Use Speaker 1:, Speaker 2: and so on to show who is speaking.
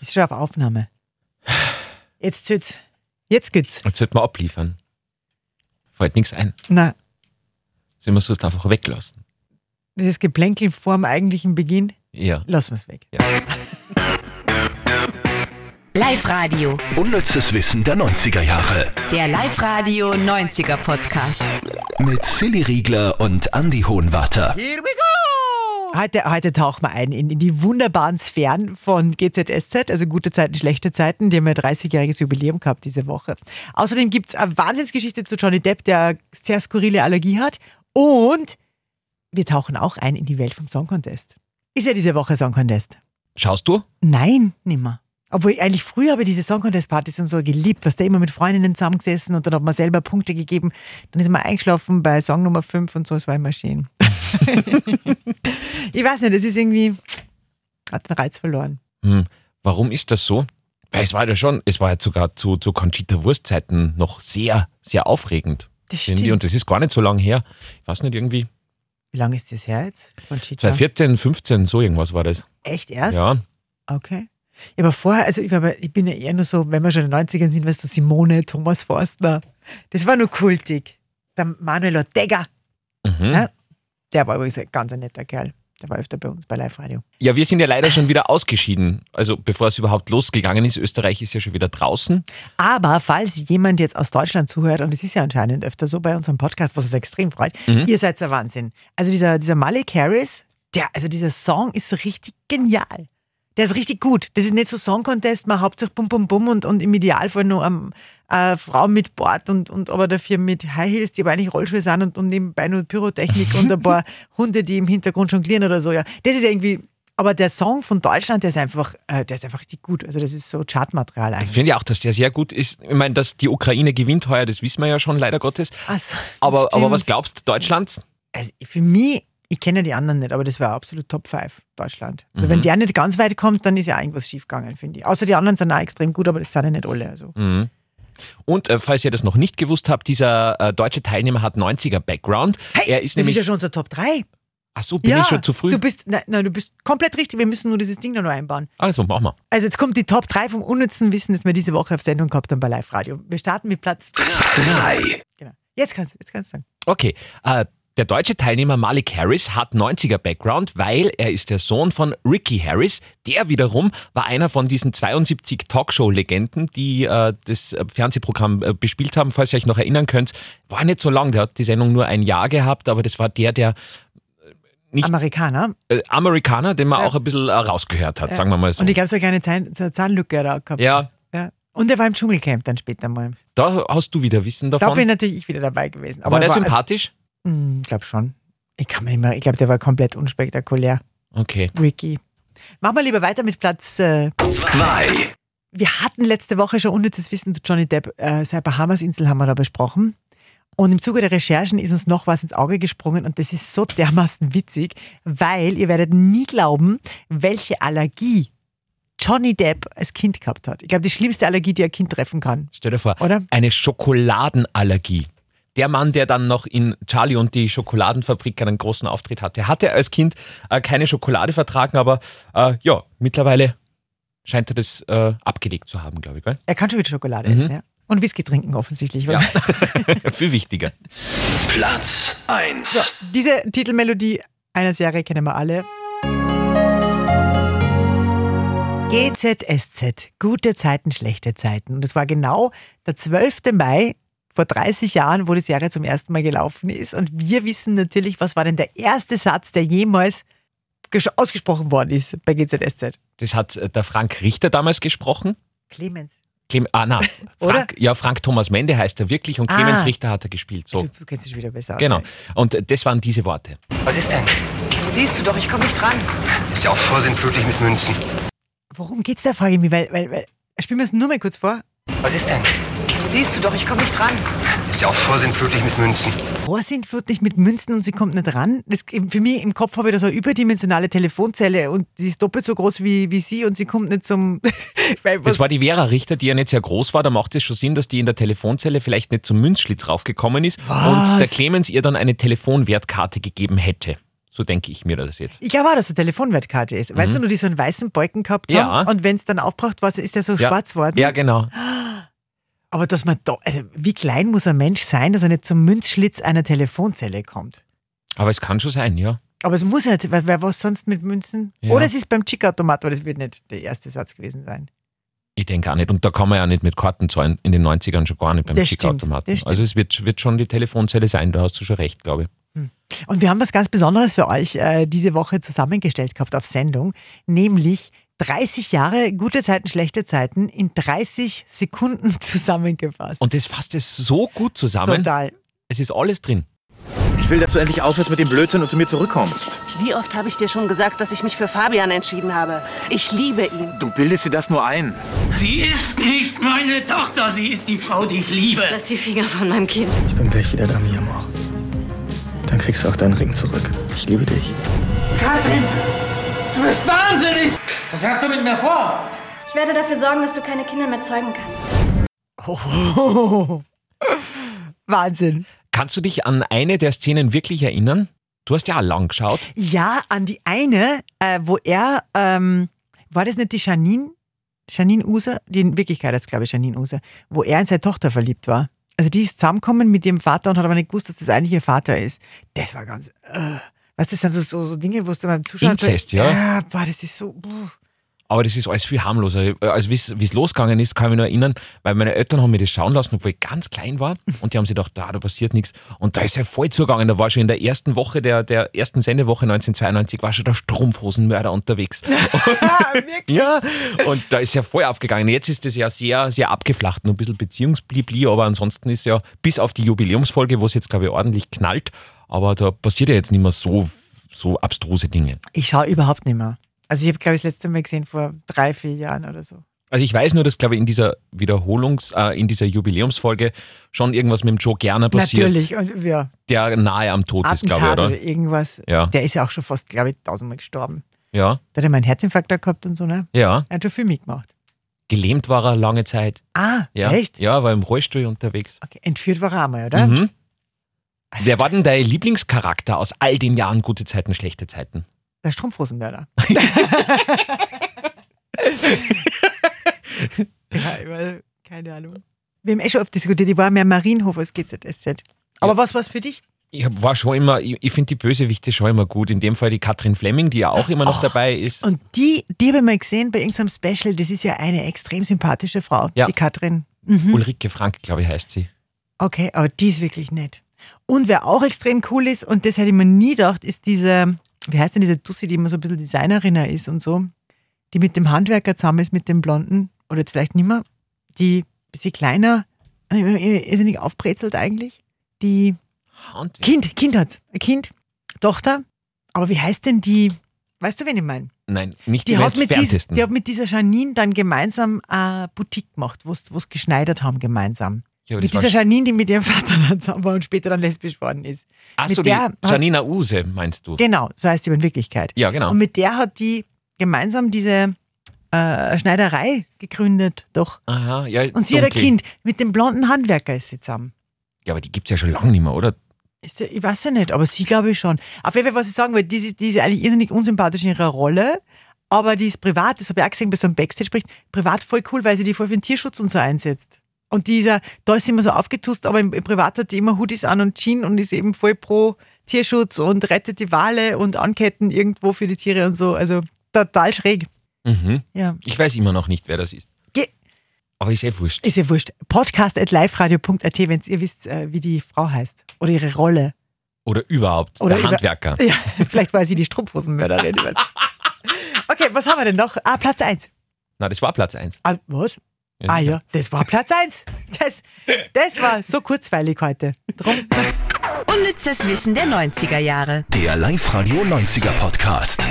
Speaker 1: Ist schon auf Aufnahme. Jetzt zählt's. Jetzt geht's.
Speaker 2: Jetzt sollte man abliefern. Fällt nichts ein.
Speaker 1: Na,
Speaker 2: So muss es einfach weglassen.
Speaker 1: dieses Geplänkel vor dem eigentlichen Beginn,
Speaker 2: Ja.
Speaker 1: lassen wir's weg.
Speaker 3: Live-Radio,
Speaker 4: Unnützes Wissen der 90er Jahre.
Speaker 3: der Live-Radio 90er Podcast.
Speaker 4: Mit Silly Riegler und Andy Hohenwarter.
Speaker 1: Heute, heute tauchen wir ein in, in die wunderbaren Sphären von GZSZ, also gute Zeiten, schlechte Zeiten. Die haben ja 30-jähriges Jubiläum gehabt diese Woche. Außerdem gibt's eine Wahnsinnsgeschichte zu Johnny Depp, der sehr skurrile Allergie hat. Und wir tauchen auch ein in die Welt vom Song Contest. Ist ja diese Woche Song Contest.
Speaker 2: Schaust du?
Speaker 1: Nein, nimmer. Obwohl ich eigentlich früher habe ich diese Song Contest Partys und so geliebt, was da immer mit Freundinnen zusammengesessen und dann hat man selber Punkte gegeben. Dann ist man eingeschlafen bei Song Nummer 5 und so, es war immer schön. ich weiß nicht, das ist irgendwie, hat den Reiz verloren.
Speaker 2: Hm. Warum ist das so? Weil es war ja schon, es war ja sogar zu, zu Conchita Wurst-Zeiten noch sehr, sehr aufregend.
Speaker 1: Das
Speaker 2: Finde ich.
Speaker 1: stimmt.
Speaker 2: Und das ist gar nicht so lange her. Ich weiß nicht, irgendwie
Speaker 1: Wie lange ist das her jetzt? Conchita?
Speaker 2: 2014, 15, so irgendwas war das.
Speaker 1: Echt erst?
Speaker 2: Ja.
Speaker 1: Okay. Ja, aber vorher, also ich, war, bei- ich bin ja eher nur so, wenn wir schon in den 90ern sind, weißt du, Simone, Thomas Forstner. Das war nur kultig. Der Manuel Ortega,
Speaker 2: Mhm.
Speaker 1: Ja. der war übrigens ein ganz ein netter Kerl. Der war öfter bei uns bei Live Radio.
Speaker 2: Ja, wir sind ja leider schon wieder ausgeschieden. Also bevor es überhaupt losgegangen ist, Österreich ist ja schon wieder draußen.
Speaker 1: Aber falls jemand jetzt aus Deutschland zuhört, und es ist ja anscheinend öfter so bei unserem Podcast, was uns extrem freut, ihr seid der Wahnsinn. Also dieser, dieser Malik Harris, der, also dieser Song ist richtig genial. Der ist richtig gut. Das ist nicht so Song-Contest, mal Hauptsache bum bum bum und, und im Idealfall nur ähm, äh, Frau mit Bord und, und aber dafür mit High Heels, die aber eigentlich Rollschuhe sind und, und nebenbei nur Pyrotechnik und ein paar Hunde, die im Hintergrund jonglieren oder so. Ja, das ist irgendwie. Aber der Song von Deutschland, der ist einfach, äh, der ist einfach richtig gut. Also das ist so Chartmaterial
Speaker 2: Ich
Speaker 1: eigentlich.
Speaker 2: finde ja auch, dass der sehr gut ist. Ich meine, dass die Ukraine gewinnt heuer, das wissen wir ja schon, leider Gottes.
Speaker 1: Ach so,
Speaker 2: Aber, aber
Speaker 1: stimmt.
Speaker 2: was glaubst du, Deutschlands?
Speaker 1: also für mich, ich kenne ja die anderen nicht, aber das war absolut Top 5 Deutschland. Also
Speaker 2: Mhm.
Speaker 1: wenn der nicht ganz weit kommt, dann ist ja irgendwas schiefgegangen, finde ich. Außer die anderen sind auch extrem gut, aber das sind ja nicht alle. Also.
Speaker 2: Mhm. Und äh, falls ihr das noch nicht gewusst habt, dieser äh, deutsche Teilnehmer hat 90er-Background.
Speaker 1: Hey,
Speaker 2: er ist
Speaker 1: das
Speaker 2: nämlich.
Speaker 1: ist ja schon unser Top 3.
Speaker 2: ach so, bin
Speaker 1: ja,
Speaker 2: ich schon zu früh?
Speaker 1: Du bist, nein, nein, du bist komplett richtig. Wir müssen nur dieses Ding da noch einbauen.
Speaker 2: also, machen wir.
Speaker 1: Also jetzt kommt die Top 3 vom unnützen Wissen, das wir diese Woche auf Sendung gehabt haben bei Live Radio. Wir starten mit Platz
Speaker 4: 3.
Speaker 1: Genau. Jetzt kannst du jetzt kannst du sagen.
Speaker 2: Okay. Äh, der deutsche Teilnehmer Malik Harris hat 90er-Background, weil er ist der Sohn von Ricky Harris. Der wiederum war einer von diesen 72 Talkshow-Legenden, die äh, das äh, Fernsehprogramm äh, bespielt haben. Falls ihr euch noch erinnern könnt, war nicht so lang. Der hat die Sendung nur ein Jahr gehabt, aber das war der, der Ich-
Speaker 1: Amerikaner.
Speaker 2: äh, Amerikaner, den man auch ein bisschen äh, rausgehört hat, sagen wir mal so.
Speaker 1: Und ich glaube, so eine kleine Zahn, so eine Zahnlücke hat er auch gehabt.
Speaker 2: Ja.
Speaker 1: ja. Und er war im Dschungelcamp dann später mal.
Speaker 2: Da hast du wieder Wissen davon.
Speaker 1: Da bin natürlich ich wieder dabei gewesen. Aber
Speaker 2: war der
Speaker 1: er
Speaker 2: sympathisch?
Speaker 1: Hm, Ich glaube schon. Ich kann mir nicht mehr, ich glaube, der war komplett unspektakulär.
Speaker 2: Okay.
Speaker 1: Ricky. Machen wir lieber weiter mit Platz. Äh,
Speaker 4: 2.
Speaker 1: wir hatten letzte Woche schon unnützes Wissen zu Johnny Depp. Äh, seine Bahamas-Insel haben wir da besprochen. Und im Zuge der Recherchen ist uns noch was ins Auge gesprungen und das ist so dermaßen witzig, weil ihr werdet nie glauben, welche Allergie Johnny Depp als Kind gehabt hat. Ich glaube, die schlimmste Allergie, die ein Kind treffen kann.
Speaker 2: Stell dir vor,
Speaker 1: Oder?
Speaker 2: eine Schokoladenallergie. Der Mann, der dann noch in Charlie und die Schokoladenfabrik einen großen Auftritt hatte, hatte als Kind äh, keine Schokolade vertragen, aber äh, ja, mittlerweile scheint er das äh, abgelegt zu haben, glaube ich. Gell?
Speaker 1: Er kann schon wieder Schokolade essen, ja. Und Whisky trinken offensichtlich. weil-
Speaker 2: Viel wichtiger.
Speaker 4: Platz 1.
Speaker 1: Diese Titelmelodie einer Serie kennen wir alle. GZSZ, gute Zeiten, schlechte Zeiten. Und es war genau der 12. Mai vor 30 Jahren, wo die Serie zum ersten Mal gelaufen ist. Und wir wissen natürlich, was war denn der erste Satz, der jemals gesch- ausgesprochen worden ist bei GZSZ?
Speaker 2: Das hat äh, der Frank Richter damals gesprochen.
Speaker 1: Clemens.
Speaker 2: Clem ah, na,
Speaker 1: Oder?
Speaker 2: Frank, ja, Frank Thomas Mende heißt er wirklich und
Speaker 1: Ah.
Speaker 2: Clemens Richter hat er gespielt. So.
Speaker 1: Du, du kennst dich wieder besser aus.
Speaker 2: Genau. Und äh, das waren diese Worte.
Speaker 5: Was ist denn?
Speaker 6: Siehst du doch, ich komme nicht dran.
Speaker 5: Ist ja auch vorsintflutlich mit Münzen.
Speaker 1: Worum geht's da, frage ich mich, weil, weil, weil spielen wir es nur mal kurz vor.
Speaker 5: Was ist denn?
Speaker 6: Siehst du doch, ich komme nicht dran.
Speaker 5: Ist ja auch vorsintflutlich mit Münzen.
Speaker 1: Vorsint wird nicht mit Münzen und sie kommt nicht ran. Das, für mich im Kopf habe ich da so eine überdimensionale Telefonzelle und sie ist doppelt so groß wie, wie sie und sie kommt nicht zum. weil
Speaker 2: Das
Speaker 1: was,
Speaker 2: war die Vera Richter, die ja nicht sehr groß war. Da macht es schon Sinn, dass die in der Telefonzelle vielleicht nicht zum Münzschlitz raufgekommen ist und der Clemens ihr dann eine Telefonwertkarte gegeben hätte. So denke ich mir das jetzt.
Speaker 1: Ich glaube auch, dass es eine Telefonwertkarte ist. Weißt du, nur die so einen weißen Balken gehabt haben
Speaker 2: Mhm. Ja.
Speaker 1: und wenn es dann aufbraucht war, ist der so
Speaker 2: Ja.
Speaker 1: schwarz worden.
Speaker 2: Ja, genau.
Speaker 1: Aber dass man da, also wie klein muss ein Mensch sein, dass er nicht zum Münzschlitz einer Telefonzelle kommt?
Speaker 2: Aber es kann schon sein, ja.
Speaker 1: Aber es muss nicht, weil wer was sonst mit Münzen?
Speaker 2: Ja.
Speaker 1: Oder es ist beim Chickautomat, weil das wird nicht der erste Satz gewesen sein.
Speaker 2: Ich denke auch nicht. Und da kann man ja nicht mit Karten zahlen. In den 90ern schon gar nicht beim
Speaker 1: Das stimmt, das
Speaker 2: Schickautomaten.
Speaker 1: stimmt.
Speaker 2: Also es wird, wird schon die Telefonzelle sein, da hast du schon recht, glaube ich.
Speaker 1: Und wir haben was ganz Besonderes für euch äh, diese Woche zusammengestellt gehabt auf Sendung, nämlich 30 Jahre gute Zeiten, schlechte Zeiten in 30 Sekunden zusammengefasst.
Speaker 2: Und das fasst es so gut zusammen.
Speaker 1: Total.
Speaker 2: Es ist alles drin.
Speaker 7: Ich will, dass du endlich aufhörst mit dem Blödsinn und zu mir zurückkommst.
Speaker 8: Wie oft habe ich dir schon gesagt, dass ich mich für Fabian entschieden habe? Ich liebe ihn.
Speaker 7: Du bildest dir das nur ein.
Speaker 9: Sie ist nicht meine Tochter, sie ist die Frau, die ich liebe.
Speaker 10: Lass die Finger von meinem Kind.
Speaker 7: Ich bin gleich wieder da, Mia Moch. Dann kriegst du auch deinen Ring zurück. Ich liebe dich.
Speaker 9: Katrin, du bist wahnsinnig! Was hast du mit mir vor?
Speaker 10: Ich werde dafür sorgen, dass du keine Kinder mehr zeugen kannst.
Speaker 1: Wahnsinn.
Speaker 2: Kannst du dich an eine der Szenen wirklich erinnern? Du hast ja auch lang geschaut.
Speaker 1: Ja, an die eine, äh, wo er, ähm, war das nicht die Janine? Janine User? Die in Wirklichkeit heißt, glaube ich, Janine User, wo er in seine Tochter verliebt war. Also die ist zusammengekommen mit ihrem Vater und hat aber nicht gewusst, dass das eigentlich ihr Vater ist. Das war ganz. Äh, was das sind so, so, so Dinge, wo du beim Zuschauen.
Speaker 2: Inzest, ja.
Speaker 1: Ah, boah, das ist so. uh. Puh.
Speaker 2: Aber das ist alles viel harmloser. Also wie es losgegangen ist, kann ich mich noch erinnern, weil meine Eltern haben mir das schauen lassen, obwohl ich ganz klein war. Und die haben sich gedacht, ah, da passiert nichts. Und da ist er voll zugegangen. Da war schon in der ersten Woche, der, der ersten Sendewoche 1992, war schon der Strumpfhosenmörder unterwegs. ja, und da ist er voll abgegangen. Jetzt ist das ja sehr, sehr abgeflacht und ein bisschen Beziehungsblibli. Aber ansonsten ist ja bis auf die Jubiläumsfolge, wo es jetzt, glaube ich, ordentlich knallt. Aber da passiert ja jetzt nicht mehr so, so abstruse Dinge.
Speaker 1: Ich schaue überhaupt nicht mehr. Also ich habe, glaube ich, das letzte Mal gesehen vor drei, vier Jahren oder so.
Speaker 2: Also ich weiß nur, dass glaube ich in dieser Wiederholungs, äh, in dieser Jubiläumsfolge schon irgendwas mit dem Joe Gerner passiert,
Speaker 1: Natürlich. Und ja,
Speaker 2: der nahe am Tod ist, glaube ich,
Speaker 1: Attentat
Speaker 2: oder?
Speaker 1: oder irgendwas.
Speaker 2: Ja.
Speaker 1: Der ist ja auch schon fast, glaube ich, tausendmal gestorben.
Speaker 2: Ja,
Speaker 1: Da hat er mal einen Herzinfarkt da gehabt und so, ne?
Speaker 2: ja.
Speaker 1: Er hat schon viel mitgemacht.
Speaker 2: Gelähmt war er lange Zeit.
Speaker 1: Ah,
Speaker 2: Ja,
Speaker 1: echt?
Speaker 2: Ja, war im Rollstuhl unterwegs.
Speaker 1: Okay. Entführt war er einmal, oder?
Speaker 2: Mhm. Wer war denn dein Lieblingscharakter aus all den Jahren gute Zeiten, schlechte Zeiten?
Speaker 1: Der Strumpfhosenmörder. ja, immer, keine Ahnung. Wir haben eh schon oft diskutiert, ich war mehr Marienhof als GZSZ. Aber was war es für dich?
Speaker 2: Ich hab- war schon immer, ich, ich finde die Bösewichte schon immer gut. In dem Fall die Katrin Fleming, die ja auch immer
Speaker 1: Oh.
Speaker 2: noch dabei ist.
Speaker 1: Und die, die habe ich mal gesehen bei irgendeinem Special, das ist ja eine extrem sympathische Frau,
Speaker 2: Ja.
Speaker 1: die Katrin.
Speaker 2: Ulrike Frank, glaube ich, heißt sie.
Speaker 1: Okay, aber die ist wirklich nett. Und wer auch extrem cool ist, und das hätte ich mir nie gedacht, ist diese, wie heißt denn diese Tussi, die immer so ein bisschen Designerin ist und so, die mit dem Handwerker zusammen ist, mit dem Blonden, oder jetzt vielleicht nimmer, die ein bisschen kleiner, äh, irrsinnig aufbrezelt eigentlich, die
Speaker 2: Handwerk.
Speaker 1: Kind, Kind hat Kind, Tochter, aber wie heißt denn die, weißt du, wen ich meine?
Speaker 2: Nein, nicht die,
Speaker 1: Die, hat mit dies,
Speaker 2: Weltferntesten.
Speaker 1: die hat mit dieser Janine dann gemeinsam eine Boutique gemacht, wo sie geschneidert haben gemeinsam.
Speaker 2: Ja, aber
Speaker 1: Mit
Speaker 2: das war
Speaker 1: dieser Janine, die mit ihrem Vater dann zusammen war und später dann lesbisch worden ist.
Speaker 2: Ach
Speaker 1: mit
Speaker 2: so, die
Speaker 1: der hat-
Speaker 2: Janina Use, meinst du?
Speaker 1: Genau, so heißt sie aber in Wirklichkeit.
Speaker 2: Ja, genau.
Speaker 1: Und mit der hat die gemeinsam diese äh, Schneiderei gegründet, doch.
Speaker 2: Aha, ja.
Speaker 1: Und sie hat ein
Speaker 2: dunkel.
Speaker 1: Kind. Mit dem blonden Handwerker ist sie zusammen.
Speaker 2: Ja, aber die gibt's ja schon lange nicht mehr, oder?
Speaker 1: Ist der, ich weiß ja nicht, aber sie glaube ich schon. Auf jeden Fall, was ich sagen wollte, die ist, die ist eigentlich irrsinnig unsympathisch in ihrer Rolle, aber die ist privat, das habe ich auch gesehen, bei so einem Backstage spricht, privat voll cool, weil sie die voll für den Tierschutz und so einsetzt. Und dieser, da ist sie immer so aufgetust, aber im, im Privat hat die immer Hoodies an und Jeans und ist eben voll pro Tierschutz und rettet die Wale und Anketten irgendwo für die Tiere und so. Also total schräg.
Speaker 2: Mhm.
Speaker 1: Ja.
Speaker 2: Ich weiß immer noch nicht, wer das ist.
Speaker 1: Ge
Speaker 2: Aber ist eh wurscht.
Speaker 1: ist ja wurscht. Podcast at liveradio.at, wenn ihr wisst, äh, wie die Frau heißt oder ihre Rolle.
Speaker 2: Oder überhaupt.
Speaker 1: Oder
Speaker 2: der
Speaker 1: über- Äh,
Speaker 2: Handwerker.
Speaker 1: Ja, vielleicht war sie die Strumpfhosenmörderin. ich weiß nicht. okay, was haben wir denn noch? Ah, Platz 1.
Speaker 2: Na, das war Platz eins.
Speaker 1: Ah, was?
Speaker 2: Ja,
Speaker 1: Ah
Speaker 2: sicher.
Speaker 1: ja, das war Platz 1. Das, das war so kurzweilig heute. Drum.
Speaker 3: Unnützes Wissen der 90er Jahre.
Speaker 4: Der Live-Radio 90er Podcast.